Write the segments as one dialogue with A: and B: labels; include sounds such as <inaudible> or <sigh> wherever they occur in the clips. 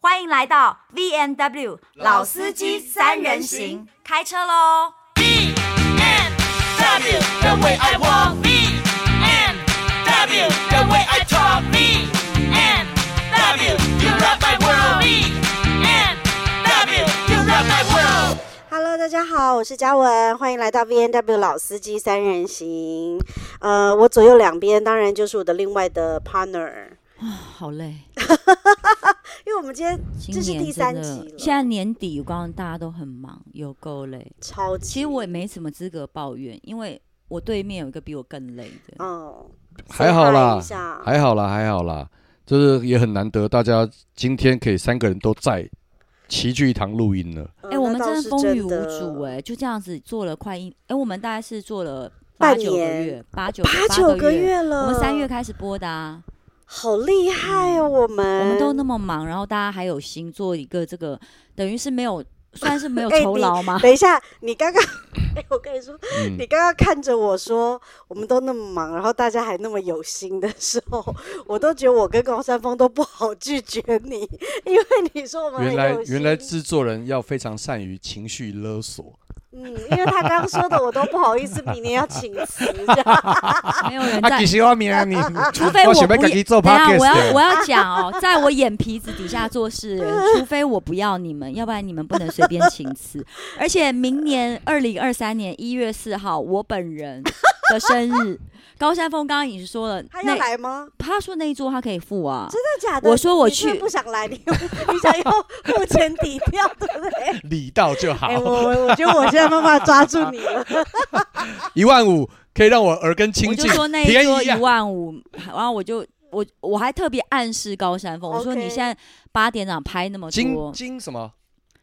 A: 欢迎来到 V N W 老司机三人行，开车喽！
B: B and W, the way I walk. B and W, the way I talk. B and W, you rock my world. B and W, you rock my world.
C: Hello，大家好，我是嘉文，欢迎来到 V N W 老司机三人行。呃，我左右两边当然就是我的另外的 partner，
D: 好累，
C: <laughs> 因为我们今天
D: 今
C: 这是
D: 年
C: 第三
D: 真
C: 集
D: 的
C: 了，
D: 现在年底，我告诉你大家都很忙，有够累。
C: 超级。
D: 其实我也没什么资格抱怨，因为我对面有一个比我更累的。
C: 哦，
E: 还好啦
C: say hi 一下，
E: 还好啦，还好啦，就是也很难得，大家今天可以三个人都在齐聚一堂录音了。
C: 哎
D: 哎、我们
C: 真
D: 的
C: 是
D: 风雨
C: 真
D: 无
C: 的
D: 阻哎、就这样子做了快一哎、我们大概是做了八
C: 半
D: 九个
C: 年
D: 月，八九
C: 八
D: 八
C: 九个
D: 个月，
C: 月了，
D: 我们三月开始播的啊，
C: 好厉害哦，我们
D: 我们都那么忙，然后大家还有心做一个这个，等于是没有算是没有
C: 哎
D: 酬
C: 你
D: 劳吗？
C: 等一下，你刚 <laughs> 刚，哎、我跟你说，
E: 嗯
C: 你，刚刚看着我说，我们都那么忙，然后大家还那么有心的时
E: <laughs>
C: 候，我都觉得我跟高山峰都不好拒绝你，因为你说我们很
E: 原来
C: 有心
E: 原来制作人要非常善于情绪勒索，
C: 嗯，因为他刚说的，我都不好意思，明年要请辞这
E: <laughs>
C: 样。
D: 没有人
E: 啊，
D: 在
E: 其。实我明啊，你
D: <laughs> 除非我
E: 我想要
D: 不
E: 自己做
D: 等一下我
E: podcast
D: 要
E: 的
D: 我要讲哦，在我眼皮子底下做事的人，除非我不要你们，要不然你们不能随便请辞。而且明年二零二三年一月四号，我本人的生日，高山峰刚刚已经说了，
C: 他要
D: 那
C: 来吗？
D: 他说那一桌他可以付啊，
C: 真的假的？
D: 我说我
C: 你是不是
D: 去
C: 不想来，你你想要目前抵掉，对不对？
E: 礼到就 <laughs> 好
C: 哎、，我我我觉得我现在慢慢抓住你
E: <laughs>
C: 了。
E: 一万五可以让我耳根
D: 我
E: 清
D: 就
E: 净
D: 说那，一
E: 便
D: 桌
E: 宜
D: 一
E: 啊！
D: 万五，然后我就我我还特别暗示高山峰，我说
C: OK
D: 你现在八点档拍那么
E: 金
D: 多，
E: 金什么？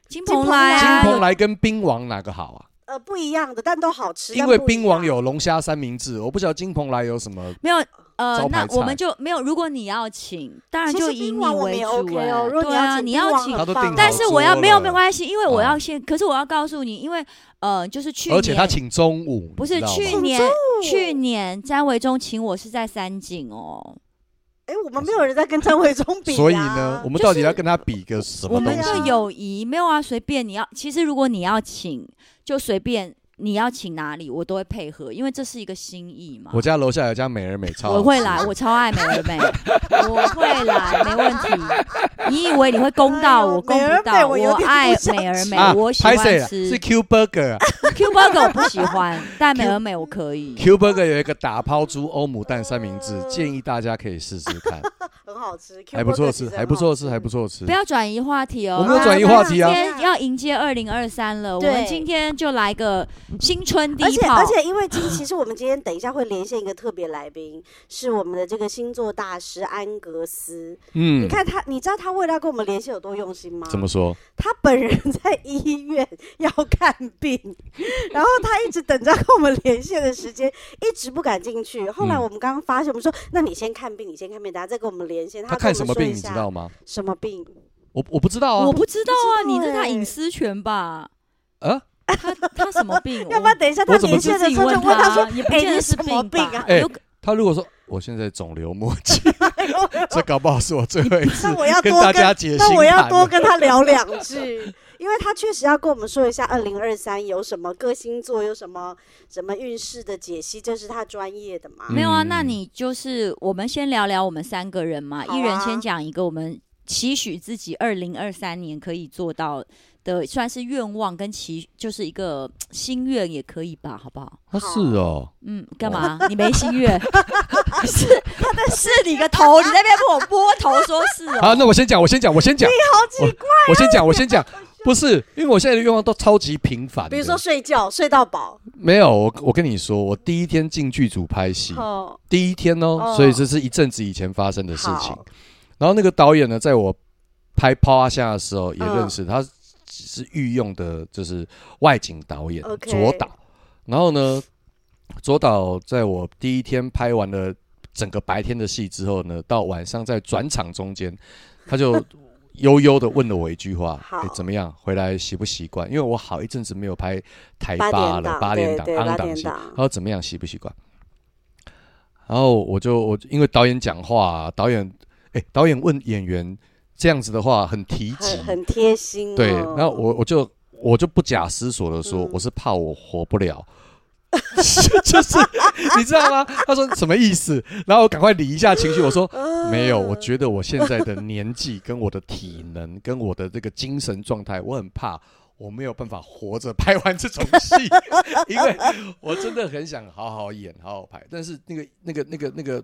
D: 金
C: 金
D: 鹏
C: 鹏
D: 来
E: 金
D: 啊，
E: 鹏来跟槟榔哪个好啊？
C: 呃，不一样的，但都好吃。
E: 因
C: 但
E: 为
C: 不一
E: 槟榔
C: 样
E: 有龙虾三明治，我不晓得金鹏来有什么。
D: 没有，呃
E: 招，
D: 那
E: 牌
D: 我
E: 菜
D: 们就没有。如果你要请，当然
C: 其
D: 就
C: 实
D: 以
C: 槟
D: 你
C: 榔我们
D: 为
C: 也
D: 主、
C: OK
D: 欸。
C: 哦，如果你
D: 对
C: 要
D: 啊，
C: 请
D: 你
C: 槟榔
D: 要
C: 很
D: 请
E: 他，都
C: 棒
E: 订好
D: 但是我要
E: 桌
D: 没有
E: 了
D: 没有关系，因为我
E: 啊
D: 要先，可是我要告诉你，因为呃，就是去
E: 而且他
D: 年
E: 请中午，
D: 不
E: 你
D: 是
E: 知道
D: 去
E: 吗
D: 年
C: 中
D: 去年詹维忠请我是在三井哦，
C: 哎、我们没有人在跟张伟忠
E: <laughs>
C: 比、啊，
E: 所以呢，我们
D: 就
E: 到底
D: 是
E: 要跟他比个什
D: 我
E: 么
D: 们
E: 东
C: 对啊
D: 的
E: 西？
D: 友谊没有啊，随便你要。其实如果你要请，就随便你要请哪里，我都会配合，因为这是一个心意嘛。
E: 我家楼下有家美而美超好吃，
D: 我会来，我超爱美而美，我会来，没问题。你以为你会攻
C: 哎
D: 到
C: 呦
D: 我攻
C: 美而
D: 不
C: 美
D: 到？
C: 我有
D: 我
C: 点
D: 爱
C: 不想
D: 美而
C: 吃
D: 美
E: 啊，
D: 我喜
E: 拍
D: 欢
E: 谁啊
D: 吃 <laughs>
E: 是 Q Burger 啊
D: Q Burger，我不喜欢， <laughs> 但美而美我可以。
E: ，Q Burger 有一个打抛猪欧姆蛋三明治，建议大家可以试试看，
C: <laughs> 很好吃，
E: 还不错吃，还不错吃，
C: 吃，
E: 还不错吃
D: 不。要转移话题哦，
E: 我没有转移话题啊
D: 今天要迎接二零二三了，我
C: 对
D: 们今天就来个新春第
C: 而
D: 一
C: 且
D: 炮。
C: 而且，因为今其实我们今天等一下会连线一个特别来宾，是我们的这个星座大师安格斯。你
E: 嗯，
C: 看他，你知道他为了要跟我们连线有多用心吗？
E: 怎么？说？
C: 他本人在医院要看病，然后他一直等着跟我们连线的时间，一直不敢进去。后来
E: 嗯
C: 我们刚刚发现，我们说：“那你先看病，你先看病，等下再跟我们连线。”
E: 他
C: 他
E: 看
C: 跟
E: 什
C: 我
E: 么
C: 们说
E: 病
C: 一
E: 你知
C: 下
E: 道吗？
C: 什么病？
E: 我我不知道
D: 我
E: 啊，
D: 不知道啊，
C: 不知
D: 你
C: 道
D: 这他
C: 欸？
D: 隐私权吧？
E: 啊，
D: 他他什么病
C: <laughs> 要不然等一下他
E: 我怎么
C: 连
E: 知
C: 线
D: 自
C: 的
D: 己
C: 时候就
D: 问
C: 问他说：“
D: 也不
C: 哎
D: 见
C: 你
D: 得是
C: 什么病
D: 吧
C: 啊
E: 哎
D: 有可
E: 他如果说我现在肿瘤末期，这搞不好是我最后一次
C: 哎 <laughs> 那我要
E: 跟
C: 多
E: 大
C: 跟
E: 家解
C: 那
E: 心
C: 我要
E: 盘
C: 多
E: 了。
C: 跟他聊两句，因为他确实要跟我们说一下二零二三有什么各星座有什么什么运势的解析，这是他专业的嘛。
E: 嗯
D: 没有啊，那你就是我们先聊聊我们三个人嘛，
C: 好啊
D: 一人先讲一个我们期许自己二零二三年可以做到的，算是愿望跟期，就是一个嘖心愿也可以吧，好不好？
E: 啊，是哦，
D: 嗯，干嘛？你没心
E: <laughs>
D: 愿？是是你个头，你在那边跟我摸头说是
E: <laughs> 好，
D: 哦。
E: 那我先讲，我先讲，我先讲，我
C: 啊
E: 我先讲，我
C: <laughs>
E: 先讲，不是，因为我现在的愿望都超级平凡的，
C: 比如说睡觉睡到饱，
E: 没有，我我跟你说，我第一天进剧组拍戏，
C: 哦，
E: 第一天哦，
C: 哦
E: 所以这是一阵子以前发生的事情
C: 好。
E: 然后那个导演呢，在我拍《抛阿夏》的时候也
C: 嗯
E: 认识，他是御用的，就是外景导演
C: OK
E: 左导。然后呢，左导在我第一天拍完了整个白天的戏之后呢，到晚上在转场中间，
C: <laughs>
E: 他就悠悠的问了我一句话：“哎
C: 好
E: 诶怎么样？回来习不习惯？”因为我好一阵子没有拍台
C: 八
E: 八
C: 点
E: 了，
C: 档，
E: 八点
C: 对
E: 档、
C: 对，八
E: 昂档
C: 点
E: 戏。
C: 档
E: 他，说怎么样，习不习惯？然后我就我因为导演讲话、导演哎、导演问演员这样子的话很提及
C: 很，很贴心、哦。
E: 嗯对，那我我就我就不假思索的说，
C: 嗯
E: 我是怕我活不了。 <laughs> 就是你知道吗？他说什么意思？然后我赶快理一下情绪，我说
C: 嗯
E: 没有，我觉得我现在的年纪、跟我的体能、跟我的这个精神状态，我很怕我没有办法活着拍完这种戏， <laughs> 因为我真的很想好好演、好好拍，但是那个、那个、那个、那个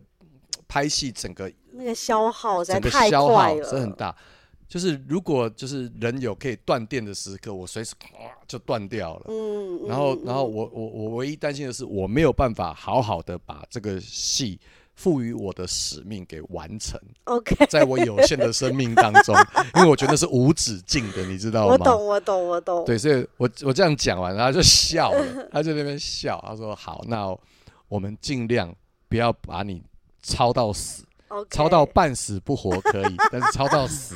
E: 拍戏整个
C: 那个消耗实在
E: 整个
C: 太
E: 消耗
C: 快了，
E: 是很大。就是如果就是人有可以断电的时刻，我随时咔就断掉了。
C: 嗯。嗯，
E: 然后，
C: 嗯
E: 然后我我我唯一担心的是，我没有办法好好的把这个戏赋予我的使命给完成，
C: OK，
E: 在我有限的生命当中，因为我觉得是无止境的，你知道吗？
C: 我懂，我懂，我懂。
E: 对，所以我我这样讲完，然后他就笑了，他就在那边笑，他说：“好，那我们尽量不要把你操到死，
C: ，OK，
E: 操到半死不活可以，但是操
D: <laughs>
E: 到死，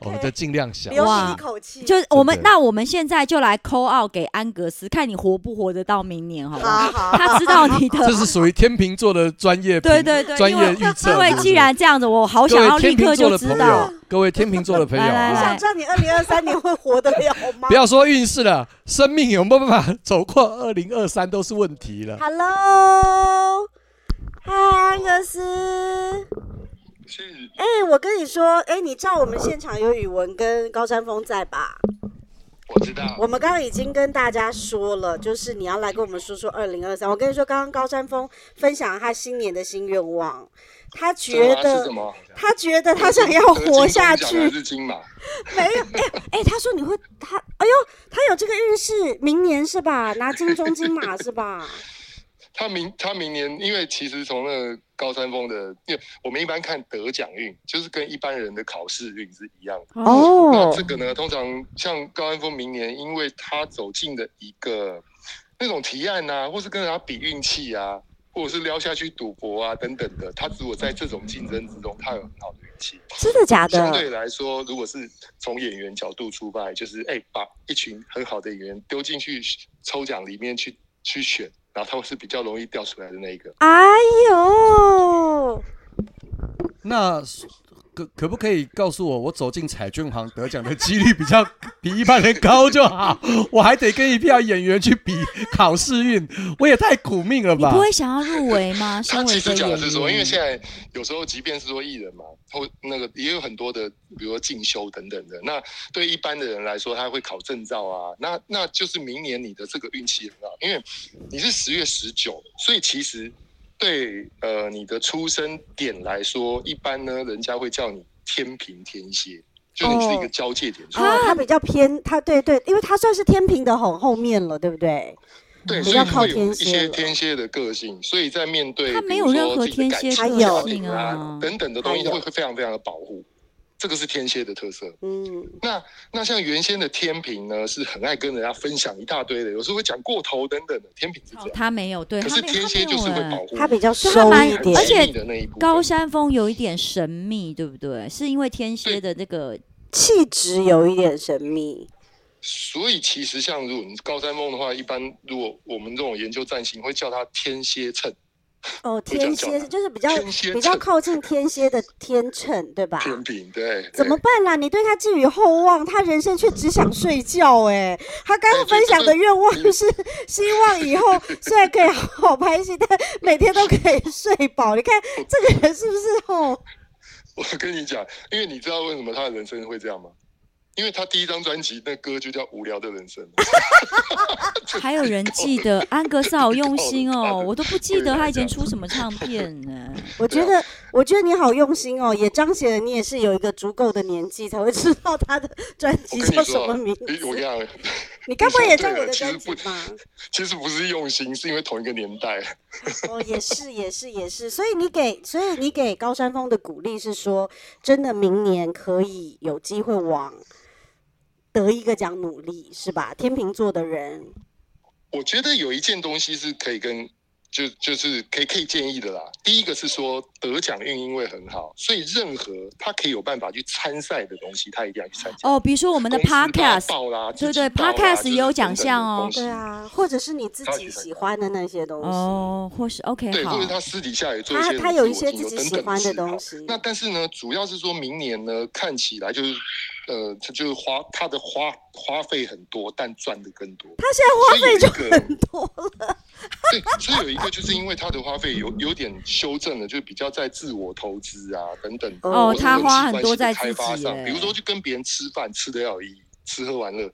E: 我们就
C: OK，
E: 尽量想。
C: 留
D: 哇
C: 一口气，
D: 就是我们
E: 真的
D: 那我们现在就来 call out 给安格斯，看你活不活得到明年，好不好？
C: 好
D: <laughs>
C: 好。
D: 他知道你的，
E: <laughs> 这是属于天秤座的专业评，
D: 对对对，
E: 专
D: 因为
E: 业预测。
D: 因
E: 是
D: 为
E: 不
D: 既
E: 是
D: 然这样子，我好
E: 各
D: 想
E: 位
D: 要立
E: 天
D: 刻
E: 秤座
D: 就
E: 的
D: 知
E: 朋
D: 道
E: 友，，各位天秤座的朋友
D: <laughs> 来
C: 我
E: 啊
D: 来，
C: 想知道你二零二三年会活得了吗
E: 不要说运势了，生命有没有办法走过二零二三都是问题了。
C: ？Hello，嗨，安格斯。
F: 是
C: 哎、我跟你说，哎、你知道我们现场有宇文跟高山峰在吧？
F: 我知道，
C: 我们刚刚已经跟大家说了，就是你要来跟我们说说二零二三。我跟你说，刚刚高山峰分享了他新年的新愿望，他觉
F: 真的吗是
C: 得
F: 什么？啊
C: 他觉得他想要活下去，
F: 这是金钟奖还是金马？
C: 没有，哎、哎、他说你会，他，哎呦，他有这个运势，明年是吧？拿金钟金马是吧？
F: 他明他明年，因为其实从那个高山峰的，因为我们一般看得奖运，就是跟一般人的考试运是一样的。那
C: 哦
F: 这个呢，通常像高安峰明年，因为他走进的一个那种提案啊，或是跟人家比运气啊，或者是撩下去赌博啊等等的，他如果在这种竞争之中，他有很好的运气。
C: 真的假
F: 相
C: 的？
F: 对来说，如果是从演员角度出发，就是哎、把一群很好的演员丢进去抽奖里面去去选，然后他们是比较容易掉出来的那一个。
C: 哎呦，
E: 那可可不可以告诉我，我走进彩券行得奖的几率比较比一般人高就好？我还得跟一票演员去比考试运，我也太苦命了
D: 你
E: 吧
D: 不？会想要入围吗？
F: 他
D: 啊身为一个
F: 其实
D: 演
F: 讲的
D: 员，
F: 是说，因为现在有时候即便是说艺人嘛，后那个也有很多的，比如说进修等等的。那对一般的人来说，他会考证照啊，那那就是明年你的这个运气很好，因为你是十月十九，所以其实对呃你的出生点来说，一般呢人家会叫你天平天蝎，就是你是一个
C: 哦
F: 交界点出来。
C: 啊，他比较偏，他对对，因为他算是天平的很后面了，对不对？
F: 对，
C: 比
F: 所以
C: 较
F: 你
C: 嗯靠
F: 会有
C: 天
F: 一
C: 蝎
F: 些
C: 了
F: 天蝎的个性，所以在面对
D: 他
F: 比
D: 没
F: 如
D: 有任
F: 说
D: 何
F: 自己的
D: 天蝎
F: 感情
C: 特
F: 啊
D: 性啊
F: 等等的
C: 还
F: 东西，
C: 有
F: 会会非常非常的保护，这个是天蝎的特色。
C: 嗯，
F: 那那像原先的天平呢，是很爱跟人家分享一大堆的，有时候会讲过头等等的，天平是这样。
D: 他没有，对
F: 可
D: 他
F: 是
D: 没
F: 天蝎就是
D: 他
F: 会
D: 没有
F: 保
D: 哎
F: 护，
C: 嗯他比较
D: 就
C: 收
D: 还
C: 一
D: 蛮
C: 点，
D: 而且
F: 细腻的那一部分
D: 高山峰有一点神秘，对不对？是因为天蝎的这个
C: 气质有一点神秘。
F: 所以其实像如果你高山峰的话，一般如果我们这种研究占星会叫它天蝎秤，
C: 哦，
F: 这样
C: 天蝎
F: 讲
C: 就是比较
F: 天蝎
C: 比较
F: 秤
C: 靠近天蝎的天秤，对吧？
F: 天平对。
C: 怎么
F: 对
C: 办啦？你对他寄予厚望，他人生却只想睡觉、哎，他刚刚分享的愿望是
F: 嗯
C: 希望以后虽然可以好好拍戏，但每天都可以睡饱。你看这个人是不是哦？
F: 我跟你讲，因为你知道为什么他的人生会这样吗？因为他第一张专辑那歌就叫《无聊的人
C: <laughs>
F: 生》。
D: 还有人记得安格斯好用心哦，
F: 够了
D: 我都不记得他以前出什么唱片呢。
C: 我觉
F: 啊
C: 得，我觉得你好用心哦，也彰显了你也是有一个足够的年纪才会知道他的专
F: 我
C: 辑
F: 跟
C: 叫
F: 你
C: 什
F: 说
C: 么
F: 啊，
C: 名
F: 诶我跟你
C: 字。
F: 讲，
C: 你该不会也叫
F: 你说对
C: 我的
F: 了
C: 专辑
F: 其实不
C: 吧？
F: 其实不是用心，是因为同一个年代。
C: 哦，也是，也是，也是。所以你给，所以你给高山峰的鼓励是说，真的明年可以有机会往得一个奖努力，是吧？天秤座的人，
F: 我觉得有一件东西是可以跟就就是可以可以建议的啦。第一个是说得奖运因为很好，所以任何他可以有办法去参赛的东西，他一定要去参加。
D: 哦，比如说我们的
F: 公司帮他
D: podcast，
F: 报啦，
D: 对
F: 自己
D: 对
F: 报啦
D: podcast
F: 就是
D: 也有奖
F: 等等的
D: 项哦
F: 东西
C: 对啊，或者是你自己喜欢的那些东西。
D: 哦，或是 OK
F: 对，
D: 好
F: 或者，他私底下也做一
C: 他
F: 些
C: 他有一
F: 自
C: 些
F: 我
C: 自
F: 经营
C: 己
F: 等
C: 喜
F: 等
C: 欢的
F: 嗜好
C: 东西
F: 那但是呢，主要是说明年呢，看起来就是，呃，他就是花他的花花费很多，但赚的更多。
C: 他现在花费就
F: 所以有一个
C: 很多了，
F: 对，所以有一个就是因为他的花费有有点修正了，就是比较在自我投资啊等等。
C: 哦
F: 或者
C: 他
F: 人际
D: 花很
F: 关
D: 多
F: 系的
D: 在
F: 开
D: 自
F: 发
D: 己
F: 上，
D: 耶
F: 比如说去跟别人吃饭，吃的要有意义，吃喝玩乐。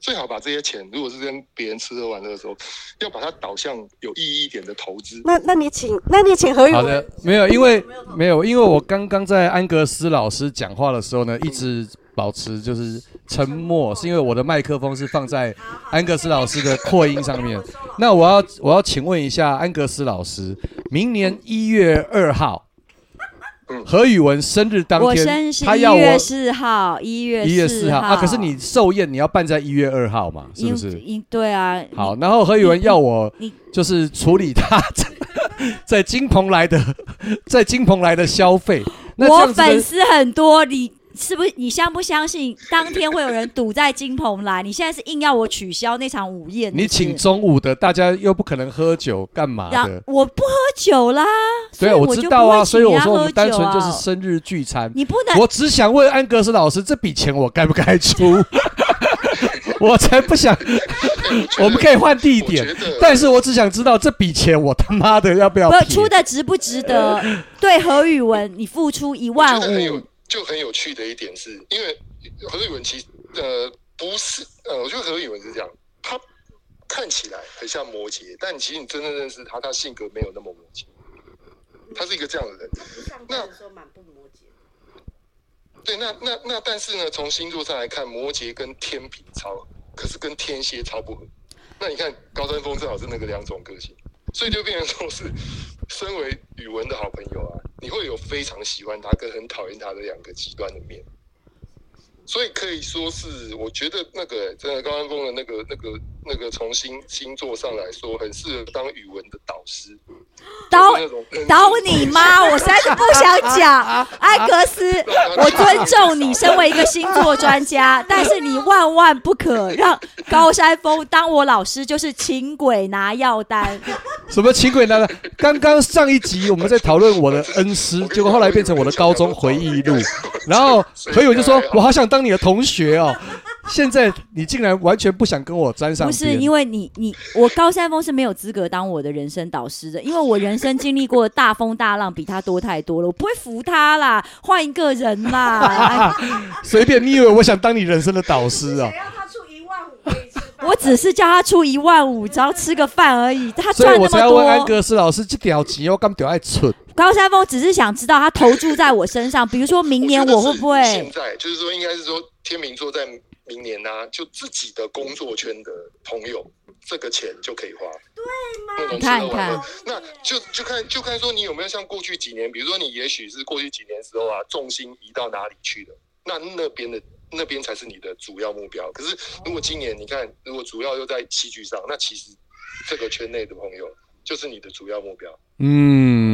F: 最好把这些钱，如果是跟别人吃喝玩乐的时候，要把它导向有意义一点的投资。
C: 那那你请那你请何宇
E: <laughs> 好
C: 文
E: 的，没有，因为没有，因为我刚刚在安格斯老师讲话的时候呢，一直保持就是沉默，是因为我的麦克风是放在安格斯老师的扩音上面。那我要我要请问一下安格斯老师，明年一月二号
F: 嗯，
E: 何宇文生日当
D: 我生
E: 天
D: 日，是
E: 他
D: 一
E: 要我
D: 月四号，一月
E: 一月四
D: 四
E: 号啊，可是你寿宴你要办在一月二号嘛，是不
D: 因
E: 是？
D: 因对啊，你
E: 好，然后何宇文要我
D: 你
E: 就是处理他在 <laughs> 在金鹏来的在金鹏来的消费。那这
D: 我
E: 样子
D: 粉
E: 的
D: 丝很多，你是不是你相不相信当天会有人堵在金鹏来？你现在是硬要我取消那场午宴，
E: 你
D: 是不是
E: 请中午的，大家又不可能喝酒，干嘛
D: 然
E: 的？
D: 我不喝酒啦，所
E: 对
D: 以
E: 啊，我
D: 就
E: 知
D: 不
E: 道啊，
D: 会
E: 所以
D: 请
E: 我
D: 人家
E: 说我们
D: 喝
E: 单
D: 酒
E: 纯就是
D: 啊
E: 生日聚餐。
D: 你不能
E: 我只想问安格斯老师，这笔钱我该不该出？ <laughs> 我才不
F: <laughs>
E: 想，我们可以换地
F: 我
E: 点
F: 觉得，
E: 但是我只想知道这笔钱我他妈的要不要
D: 不
E: 撇
D: 出的值不值
E: <laughs>
D: 得？对何宇文，你付出一
F: 我觉
D: 万
F: 得很有
D: 五，
F: 就很有趣的一点是，因为何宇文其实呃不是呃，我觉得何宇文是这样，他看起来很像摩羯，但其实你真正认识他，他性格没有那么摩羯，他是一个这样的人。那对，那那那，但是呢，从星座上来看，摩羯跟天平超合，可是跟天蝎超不合。那你看高山峰正好是那个两种个性，所以就变成说是，身为宇文的好朋友啊，你会有非常喜欢他跟很讨厌他的两个极端的面。所以可以说是，我觉得那个真的高山峰的那个那个那个从星星座上来说，很适合当语文的导师，
D: 刀
F: 就是那种很
D: 刀你妈！我实在是不想讲，安格斯，我尊重你身为一个星座专家，但是你万万不可让高山峰当我老师，就是请鬼拿药单。
E: 什么请鬼拿来？刚刚上一集我们在讨论我的恩师，结果后来变成我的高中回忆录。然后何友就说：“我好想当你的同学哦。”现在你竟然完全不想跟我沾上
D: 不是
E: 边，
D: 因
E: 为
D: 为你你我高山峰是没有资格当我的人生导师的，因为我人生经历过的大风大浪比他多太多了，我不会服他啦，换一个人啦。哎
E: 随便你以为我想当你人生的导师哦？
C: 让他出一万五可以吃饭
D: 我只是叫他出一万五，只要吃个饭而已，他
E: 所
D: 赚
E: 以我
D: 那
E: 才要问安
D: 么多。
E: 格斯老师，这屌急我干屌爱蠢。
D: 高山峰只是想知道他投注在我身上，比如说明年我会不
C: <laughs>
F: 我觉得是现
D: 会？
F: 在就是说，应该是说天秤座在明年呢、就自己的工作圈的朋友，这个钱就可以花。对吗？
D: 你看你看，
F: 那就就看就看说你有没有像过去几年，比如说你也许是过去几年时候啊，重心移到哪里去了，那那边的。那边才是你的主要目标。可是，如果今年你看，如果主要又在戏剧上，那其实这个圈内的朋友就是你的主要目标。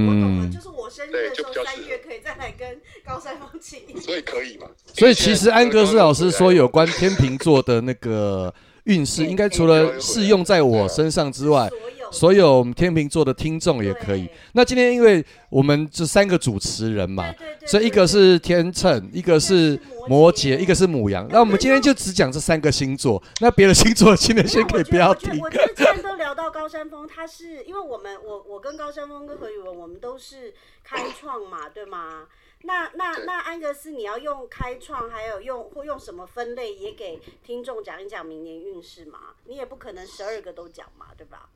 C: 我懂了，
E: 嗯
C: 就，是我生日
F: 对
C: 的时
F: 就
C: 候，
F: 比较
C: 三
F: 适合
C: 月可以再来跟高山峰请
E: <laughs>
C: 一
F: 所以可以嘛？
E: 所以其实安格斯老师说有关天秤座的那个运势，应该除了适用在我身上之外，
C: 所有
E: 所有天秤座的听众也可以
C: 对。
E: 那今天因为我们这三个主持人嘛，
C: 对对对
E: 所以一个是天秤，一个是摩羯，一个是母羊。那我们今天就只讲这三个星座，那别的星座今天先可以不要听
C: 我。觉得我觉得我觉得既然都聊到高山峰，他是因为我们我我跟高山峰跟何宇文，我们都是开创嘛，对吗？那那
F: 对
C: 那安格斯，你要用开创，还有用或用什么分类，也给听众讲一讲明年运势嘛？你也不可能十二个都讲嘛，对吧？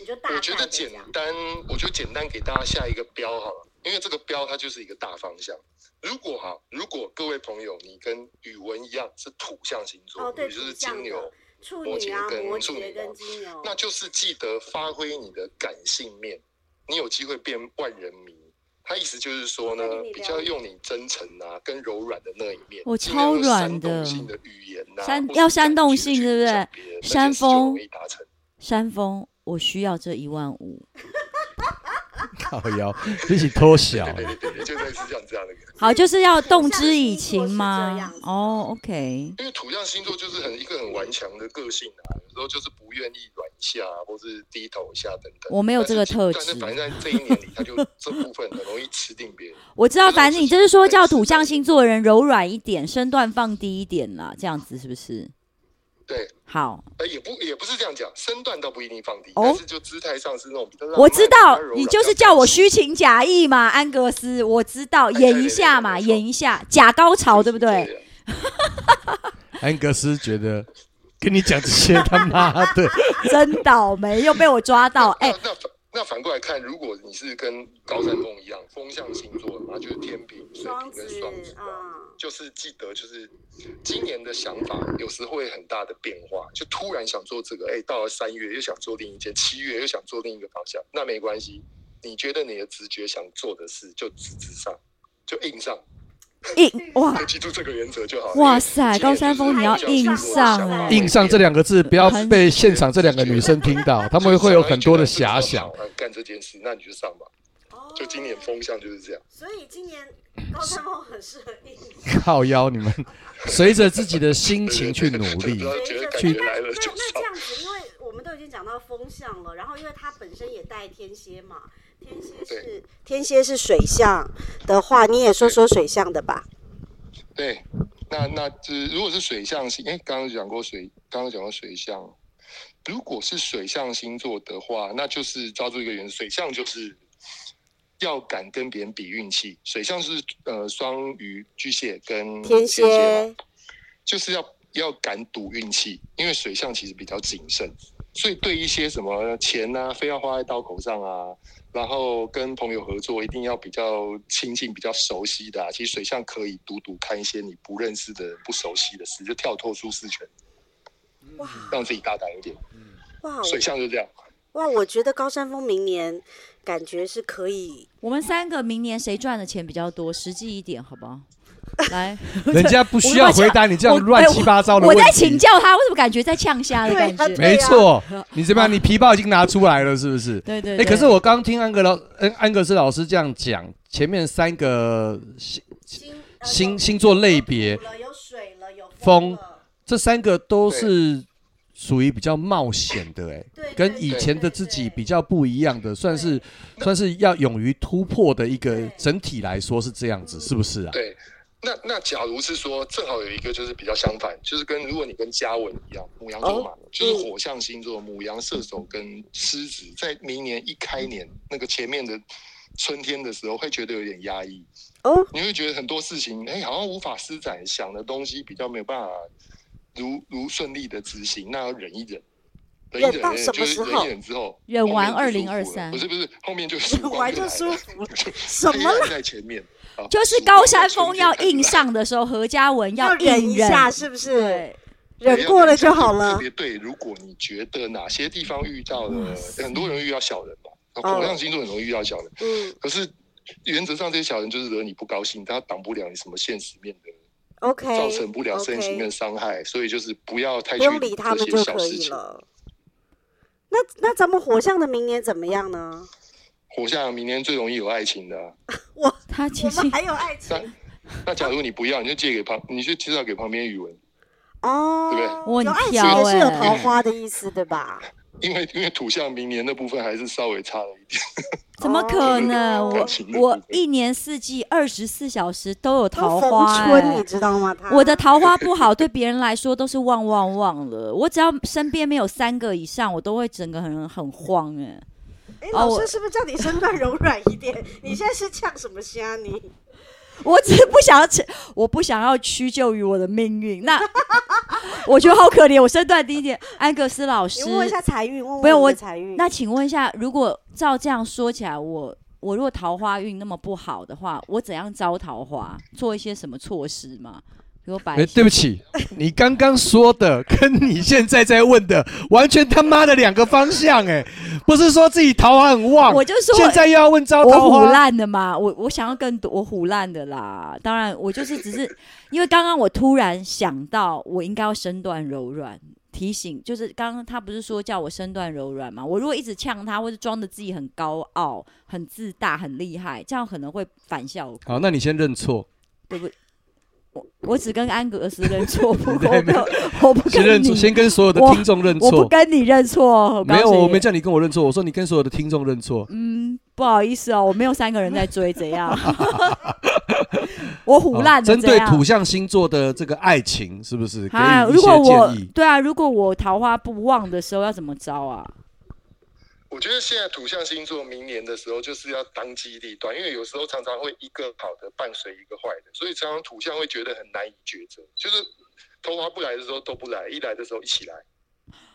C: 你就大概
F: 我觉得
C: 的
F: 简
C: 讲。
F: 单，我觉得简单给大家下一个标好了，因为这个标它就是一个大方向。如果哈，如果各位朋友你跟宇文一样是土象星座，
C: 哦，对，
F: 你就
C: 土
F: 是
C: 象
F: 金
C: 的
F: 牛，
C: 处女啊，摩
F: 摩羯跟
C: 羯跟
F: 处
C: 金牛，
F: 那就是记得发挥你的感性面，你有机会变万人迷。他意思就是说呢
C: 我哦跟你，聊
F: 比较用你真诚啊，跟柔软的那一面，
D: 我
F: 尽量用
D: 超软
F: 煽动
D: 的
F: 性的语言呐、
D: 煽
F: 或是
D: 要煽动性
F: 感觉去
D: 对不对
F: 影响别人那
D: 煽
F: 件事就
D: 风
F: 容易达成。
D: 山峰，我需要这一万五。
E: 靠腰，一起偷笑
F: 对。对对对，就类似像这样的。
D: 好，就是要动之以情
C: 土象星座是这
D: 吗
C: 样子？
D: 哦，OK，
F: 因为土象星座就是很一个很顽强的个性啊，有时候就是不愿意软一下、啊，或是低头一下等等。
D: 我没有这个特
F: 但是
D: 质
F: 反正在这一年里，
D: <laughs>
F: 他就这部分很容易吃定别人。
D: 我知道，反正你就是说叫土象星座的人柔软一点，身段放低一点啦，这样子是不是？
F: 对，
D: 好，
F: 呃，也不也不是这样讲，身段倒不一定放低，
D: 哦
F: 但是就姿态上是那种比较浪漫。
D: 我知道
F: 比较柔，软
D: 你就是叫我。
F: 比较
D: 虚情假意嘛，安格斯，我知道，
F: 对对
D: 演一下
C: <laughs>
D: 嘛，
F: 对对对
D: 演一下，假高潮，对不对？
F: 啊？
E: 安格斯觉得跟你讲这些他妈
C: <laughs>
E: 的，
D: 真倒霉，又被我抓到，哎
F: 那，那反那反过来看，如果你是跟高山峰一样，风象星座，嘛，就是天平、水
C: 双
F: 瓶
C: 子
F: 跟双子，
C: 啊，
F: 就是记得，就是今年的想法有时会很大的变化，就突然想做这个，哎，到了三月又想做另一件，七月又想做另一个方向，那没关系，你觉得你的直觉想做的事就直直上，就硬上，
D: 硬哇
F: 就记住这个原则就好了。
D: 哇塞，
F: 今年
D: 高
F: 就是
D: 山峰你要硬上哎、
E: 硬上这两个字不要被现场这两个女生听
C: <laughs>
E: 到，她们会有很多的遐想。。
F: 干这件事，那你就上吧。
C: 哦
F: 就今年风向就是这样。
C: 所以今年高山峰很适合应征
E: 靠腰，你们随着自己的心情去努力。
F: 觉得感
E: 去
F: 觉来了
C: 那
F: 就上
C: 那这。样子，因为我们都已经讲到风象了，然后因为它本身也带天蝎嘛，天蝎是天蝎是水象的话，你也说说水象的吧。
F: 对，那那就是如果是水象星，哎，刚刚讲过水，刚刚讲过水象。如果是水象星座的话，那就是抓住一个原则，水象就是要敢跟别人比运气。水象是呃双鱼、巨蟹跟
C: 天
F: 嗯蝎嘛
C: 蝎，
F: 就是要要敢赌运气，因为水象其实比较谨慎，所以对一些什么钱啊，非要花在刀口上啊，然后跟朋友合作一定要比较亲近、比较熟悉的啊，其实水象可以赌赌看一些你不认识的人、不熟悉的事，就跳脱舒适圈，
C: 哇
F: 让自己大胆一点。
C: 哇
F: 水象就这样，
C: 哇！我觉得高山峰明年感觉是可以，
D: 我们三个明年谁赚的钱比较多？实际一点好不
E: <laughs>
D: 好？来，
E: 人家不需要回答你这
D: <laughs>
E: 样
D: 我
E: 乱七八糟的
D: 我
E: 问
D: 我
E: 题。
D: 在请教他，为什么感觉在呛虾的感
C: 对啊
D: 觉？
E: <laughs> 没错，你怎么样？你皮包已经拿出来了，是不是？
D: <laughs> 对对
E: 哎、
D: 对。
E: 可是我刚听安格老安安格斯老师这样讲，前面三个星
C: 星
E: 星星座类别，
C: 呃有水了，有
E: 风
C: 了 <laughs>
E: 这三个都是属于比较冒险的、诶
C: 对对
E: 跟以前的自己比较不一样的，算是算是要勇于突破的一个
C: 对
E: 整体来说是这样子，是不是啊？
F: 对。那那假如是说，正好有一个就是比较相反，就是跟如果你跟嘉文一样，母羊
C: 哦
F: 座嘛，就是
C: 嗯
F: 火象星座，母羊、射手跟狮子，在明年一开年那个前面的春天的时候，会觉得有点压抑，
C: 哦，
F: 你会觉得很多事情，哎、好像无法施展，想的东西比较没有办法如如顺利的执行，那要忍一忍。忍一
C: 忍到什么时候
F: 就是忍一忍之后，
D: 忍完
F: 后面就舒服了
D: 2023
F: 不是不是，后面就
C: <laughs>
F: 舒服，
C: 玩就
F: <laughs>
C: 舒服了，什
F: 什
C: 么啦？
F: 在前面，啊
D: 就是高山峰要硬，上的时候，何嘉文
C: 要
D: 硬忍
C: 忍一下，是不是？
D: 对，
C: 忍过了就好了
F: 特。别对，如果你觉得哪些地方遇到了，很多人遇到小人嘛，火象星座很容易遇到小人，
C: 嗯
F: 可是原则上这些小人就是惹你不高兴，他挡不了你什么现实面的
C: ，OK，
F: 造成不了身心面的伤害，所以就是不要太
C: 不
F: 去
C: 用理他
F: 这
C: 们
F: 些
C: 就
F: 小
C: 可
F: 事
C: 以
F: 情。
C: 了。那那咱们火象的明年怎么样呢？
F: 火象明年最容易有爱情的啊、
C: 我
D: 他其
C: 我
D: 实
C: 们还有
F: <laughs>
C: 爱情
F: 那那假如你不要，你就借给旁，你就介绍给旁边宇文，对
C: 哦，
F: 不
D: 我
C: 有
D: 很
C: 爱情
D: 挑
C: 也是有
D: 欸
C: 桃花的意思，对吧？
F: 因为因为土象明年的部分还是稍微差了一点。
D: 怎么可能？
F: 感
D: 我
F: 情的
D: 我
F: 部分
D: 一年四季二十四小时都有
C: 都
D: 桃
C: 逢
D: 花、
C: 哦春，
D: 哎
C: 你知道吗？他
D: 我的桃花不好，对别人来说都是旺旺旺了。我只要身边没有三个以上，我都会整个很很慌哎、
C: 哎，
D: 哦
C: 老
D: 我
C: 师是不是叫你身段柔软一点？你现在是呛什么虾你？
D: 我只是不想要吃，我不想要屈就于我的命运。
C: <laughs>
D: 那我觉得好可怜，我身段低一点。安格斯老
C: 你
D: 师，
C: 问问一下财运，问
D: 没
C: 问
D: 有
C: 你
D: 我
C: 的财运。
D: 那请问一下，如果照这样说起来，我我如果桃花运那么不好的话，我怎样招桃花？做一些什么措施吗？比如摆
E: 哎、对不
D: <laughs>
E: 起，你刚刚说的跟你现在在问的完全他妈的两个方向哎、不是说自己桃花很旺，
D: 我就说 <laughs>
E: 现在又要问招
D: 我
E: 桃
D: 虎
E: 花，
D: 烂的嘛，我我想要更多，我虎烂的啦。当然，我就是只是因为刚刚我突然想到，我应该要身段柔软。提醒，就是刚刚他不是说叫我身段柔软嘛？我如果一直呛他，或者装的自己很高傲、很自大、很厉害，这样可能会反效果，
E: 好，那你先认错，
D: 对不？我我只跟安格斯认
E: <laughs>
D: 错，不我没有，我不
E: 先
D: 跟
E: 认
D: 你
E: 错，，先跟所有的
D: 我
E: 听众认
D: 我不
E: 错。
D: 跟你认错哦，告
E: 没有，
D: 诉
E: 我
D: 你
E: 没叫你跟我认错，我说你跟所有的听众认错。
D: 嗯，不好意思哦，我没有三个人在追，怎
E: <laughs>
D: 样？我
E: 好
D: 胡乱的
E: 针
D: 这
E: 对
D: 样。
E: 土象星座的这个爱情，是
D: <laughs>
E: 不是？给
D: 啊，
E: 予一
D: 如果
E: 些
D: 我
E: 建议。
D: 对啊，如果我桃花不旺的时候要怎么招啊？
F: 我觉得现在土象星座明年的时候就是要当机立断，因为有时候常常会一个好的伴随一个坏的，所以常常土象会觉得很难以抉择，就是头发不来的时候都不来，一来的时候一起来。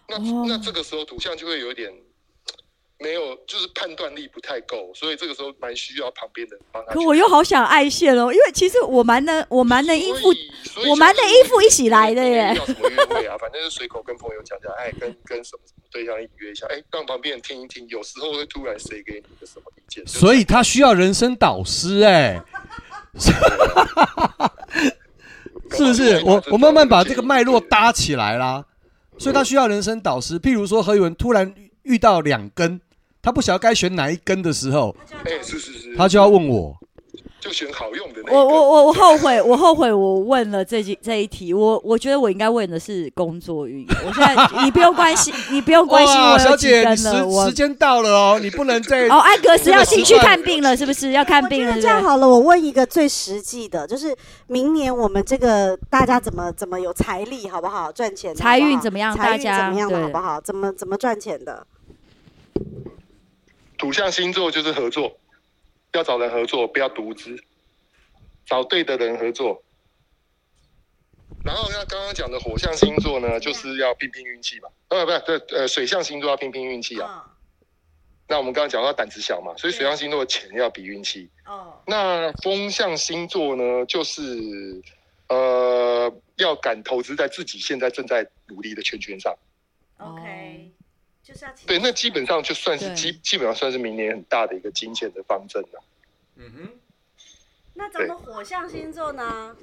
F: 那、
D: 哦
F: 那这个时候土象就会有一点没有，就是判断力不太够，所以这个时候蛮需要旁边的人帮他
D: 可
F: 去。
D: 我又好想爱线哦，因为其实我蛮能，我蛮能应付
F: 所。以，所以
D: 我瞒着
F: 就是
D: 衣服一起来的耶
F: 遇到什么约会啊？反正就随口跟朋友讲讲，哎，跟跟什么什么对象一约一下，哎，让旁边人听一听，有时候会突然谁给你个什么意见，就是
E: 所以他需要人生导师哎、
D: <laughs>
E: 是不是？我我慢慢把这个脉络搭起来啦，所以他需要人生导师。譬如说何宇文突然遇到两根，他不晓得该选哪一根的时候，
D: 嗯
F: 哎，是是是，
E: 他就要问我。
F: 就选好用的那一个
D: 我我我我后悔，我后悔我问了这几这一题，我我觉得我应该问的是工作运。我现在你不用关心，你不用关心我
E: 哇，小
D: 有几
E: 姐，你
D: 根
E: 时
D: 了。我
E: 时间到了哦，你不能再
D: <laughs> 哦，安格斯要进去
E: 这个习惯
D: 看病了，是不是要看病
C: 我
D: 了是不
C: 觉得这样
D: 是？
C: 好了，我问一个最实际的，就是明年我们这个大家怎么怎么有财力，好不好？赚钱的
D: 财运
C: 好不好
D: 怎么样
C: 财
D: 大
C: 运
D: 家
C: 怎么样的
D: 对
C: 好不好？怎么怎么赚钱的？
F: 土象星座就是合作，要找人合作，不要独资，找对的人合作。然后那刚刚讲的火象星座呢，就是要拼拼运气嘛，呃，不是，对，呃，水象星座要拼拼运气啊。
C: 嗯
F: 那我们刚刚讲到胆子小嘛，所以水象星座的钱要比运气。
C: 哦，
F: 那风象星座呢，就是呃要敢投资在自己现在正在努力的圈圈上。
D: 哦 OK，
C: 就是要
F: 对，那基本上就算是
D: 对
F: 基基本上算是明年很大的一个金钱的方针啊了。
C: 那
F: 咱们
C: 火象星座呢？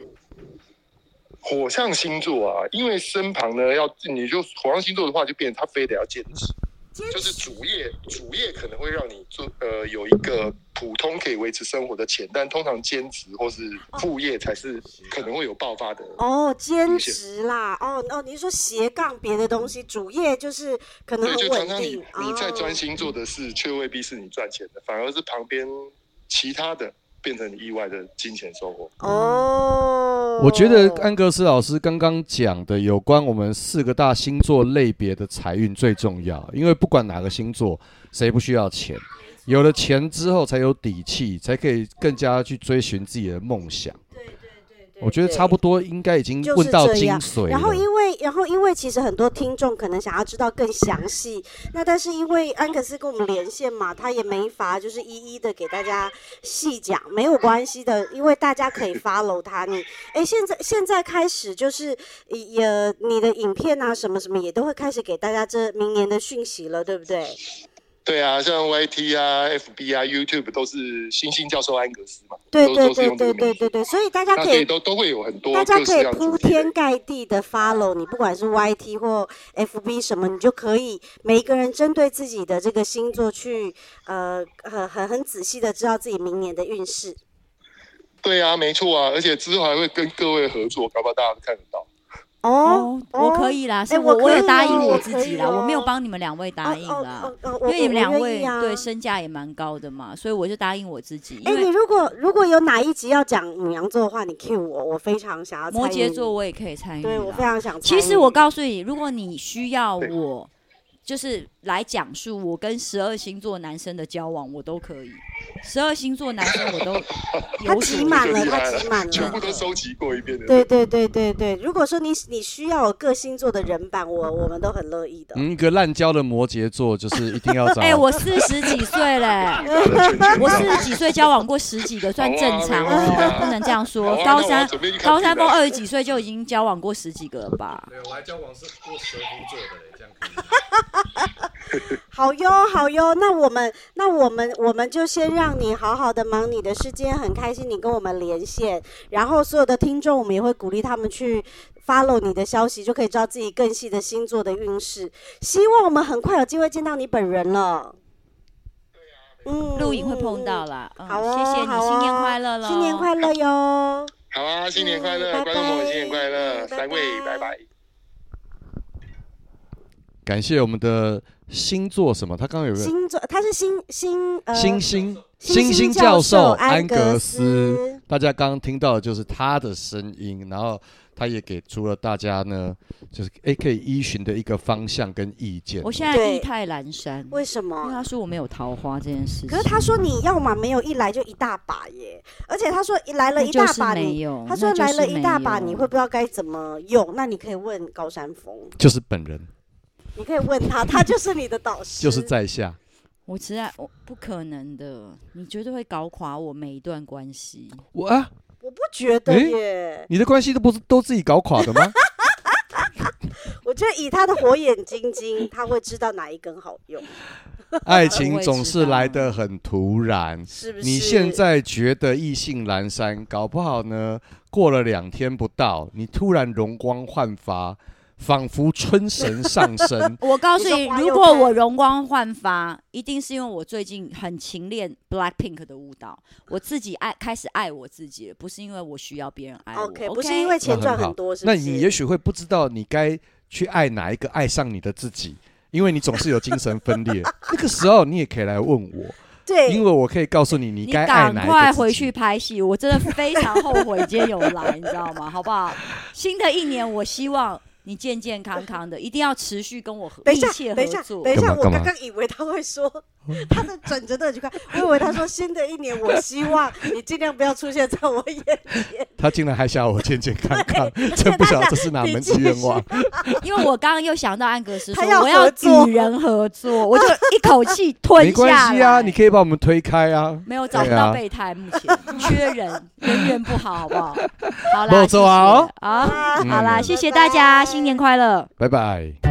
F: 火象星座啊，因为身旁呢要你就火象星座的话，就变成他非得要坚持，就是主业主业可能会让你做呃有一个普通可以维持生活的钱，但通常兼职或是副业才哦是啊可能会有爆发的。
C: 哦，兼职啦，哦哦，你是说斜杠别的东西，主业就是可能
F: 对，
C: 很
F: 就
C: 稳
F: 常常你
C: 定。哦
F: 你在专心做的事，却未必是你赚钱的，反而是旁边其他的变成你意外的金钱收获。
C: 哦。哦
E: 我觉得安格斯老师刚刚讲的有关我们四个大星座类别的财运最重要，因为不管哪个星座，谁不需要钱？有了钱之后才有底气，才可以更加去追寻自己的梦想。
C: 对对对对，
E: 我觉得差不多应该已经问到精髓
C: 然后
E: 了。
C: 因为，然后因为其实很多听众可能想要知道更详细，那但是因为安克斯跟我们连线嘛，他也没法就是一一的给大家细讲，没有关系的，因为大家可以 follow 他。你哎，现在现在开始就是也你的影片啊什么什么也都会开始给大家这明年的讯息了，对不对？
F: 对啊，像 YT 啊、FB 啊、YouTube 都是星星教授安格斯嘛，
C: 对
F: 都
C: 对
F: 都是
C: 对
F: 用这
C: 对
F: 个
C: 对
F: 名字
C: 对对，所以大家
F: 那
C: 可
F: 所
C: 以
F: 以都都会有很多
C: 大家
F: 各
C: 可
F: 式
C: 以
F: 样
C: 铺
F: 主题的
C: 天盖地的 follow 你，不管是 YT 或 FB 什么，你就可以每一个人针对自己的这个星座去，呃，很很很仔细的知道自己明年的运势。
F: 对啊，没错啊，而且之后还会跟各位合作，搞不好大家都看得到。
D: 哦，我可。以啦，是我
C: 我可以
D: 有答应
C: 哦
D: 我
C: 我
D: 自
C: 可
D: 己
C: 以
D: 啦，我没有
C: 哦
D: 帮你们两位答应啦。
C: 哦哦哦
D: 因
C: 哦
D: 为你们两
C: 我愿
D: 位
C: 意啊
D: 对身价也蛮高的嘛，所以我就答应我自己。
C: 哎、
D: 因
C: 你
D: 为
C: 如果如果有哪一集要讲母羊座的话，你 cue 我，我非常想要参与。
D: 摩羯座，我也可以参与啦。
C: 对我非常想参与。
D: 其实我告诉你，如果你需要我，就是来讲述我跟十二星座男生的交往，我都可以。十二星座男生我都
C: 他
D: 有
C: 挤
D: 所
C: 满了，
F: 就厉害
C: 他挤满
F: 全部
C: 了。
F: 都收集过一遍的。
C: 嗯对对对对对，如果说你你需要有各星座的人版，我我们都很乐意的。
E: 嗯，一个滥交的摩羯座就是一定要
C: <laughs>
E: 找。
D: 哎、我四十几岁嘞。我四十几岁交往过十几个，算正常
F: 好啊没问题
D: 哦
F: 啊，
D: 不能这样说
F: 好啊。
D: 高
F: 那我
D: 山
F: 准备去看
D: 高山
F: 比赛
D: 峰二十几岁就已经哎交往过十几个了吧？
G: 对，我还交往是过蛇夫座的嘞，这样可以吗。
C: 好哟，好哟，那我们那我们我们就先让你好好的忙你的事，今天很开心你跟我们连线，然后所有的听众我们也会鼓励他们去 follow 你的消息，就可以知道自己更细的星座的运势。希望我们很快有机会见到你本人了。嗯
D: 录影会碰到。啦。嗯
C: 好哦，
D: 谢谢你，
C: 好哦
D: 新年快乐喽！
C: 新年快乐哟！
F: 好啊，新年快乐，
C: 嗯拜拜
F: 观众朋友新年快乐，
C: 拜拜
F: 三位拜拜。
E: 感谢我们的星座什么？他刚刚有个
C: 星座，他是星星呃
E: 星星
C: 星
E: 星
C: 星
E: 星
C: 教
E: 教
C: 授
E: 授
C: 安
E: 安
C: 格
E: 格
C: 斯
E: 斯，大家刚刚听到的就是他的声音，然后他也给出了大家呢，就是诶可以依循的一个方向跟意见。
D: 我现在
C: 对
D: 意态阑珊，因
C: 为什
D: 为
C: 么？
D: 他说我没有桃花这件事情，
C: 可是他说你要嘛没有一来就一大把耶，而且他说一来了
D: 那
C: 一
D: 就
C: 大
D: 是
C: 把
D: 没
C: 你，
D: 有，
C: 他说来了一大把
D: 那就是没有
C: 你会不知道该怎么用，那你可以问高山峰，
E: 就是本人，
C: 你可以问他，他就是你的导师，
E: 就是在下。
D: 我实在我不可能的，你绝对会搞垮我每一段关系。
E: 我啊，
C: 我不觉得
E: 诶
C: 耶，
E: 你的关系都不是都自己搞垮
D: <laughs>。
E: 的吗？
C: 我觉得以他的火眼金睛，他会知道哪一根好用，
E: 爱情总是来得很突然。
C: 是不是？
E: 你现在觉得意兴阑珊，搞不好呢，过了两天不到，你突然容光焕发，仿佛春神上身
D: 我告诉
C: 你
D: 你，
C: 说花又
D: 如果
C: 开
D: 我容光焕发，一定是因为我最近很勤练 Blackpink 的舞蹈，我自己爱开始爱我自己了，不是因为我需要别人爱我。
C: OK，不是因为钱
E: 那
C: 赚
E: 很
C: 很
E: 好
C: 多，是不
E: 那
C: 是？
E: 你也许会不知道你该去爱哪一个，爱上你的自己，因为你总是有精神
C: <laughs>
E: 分裂。那个时候你也可以来问我，
C: 对，
E: 因为我可以告诉你你
D: 你
E: 该爱
D: 赶
E: 哪一个。
D: 快回去。拍戏，我真的非常后悔今天有
E: <laughs>
D: 来，你知道吗？好不好？新的一年，我希望你健健康康的，一定要持续跟我合
C: 等
D: 密
C: 一下，
D: 切
C: 等一
D: 合
C: 下，
D: 作
C: 等。一下，
E: 干嘛
C: 我
E: 干嘛
C: 刚刚以为他会说，他的转折都很奇怪， <laughs> 我以为他说新的一年，我希望你尽量不要出现在我眼前。
E: 他竟然还想我健
C: <laughs>
E: 健康康，
C: 且
E: 真不晓
C: 他
E: 得这是哪
C: 你
E: 门
C: 继
E: 子愿望
C: 续。
D: 因为我刚刚又想到安格斯说
C: 他要
D: 我要
C: 合作
D: 与人合作，
E: <laughs>
D: 我就一口气吞
E: 没
D: 下
E: 关系啊，
D: 来
E: 你可以把我们推开啊。
D: 没有找不
E: 对
D: 到
E: 啊
D: 备胎，目前缺人，人缘不好，好不好？好啦，
E: 不错啊
D: 谢谢啊，
E: 嗯
D: 好啦，谢谢大
C: 拜
D: 家，
C: 拜
D: 新年快乐。
E: 拜拜。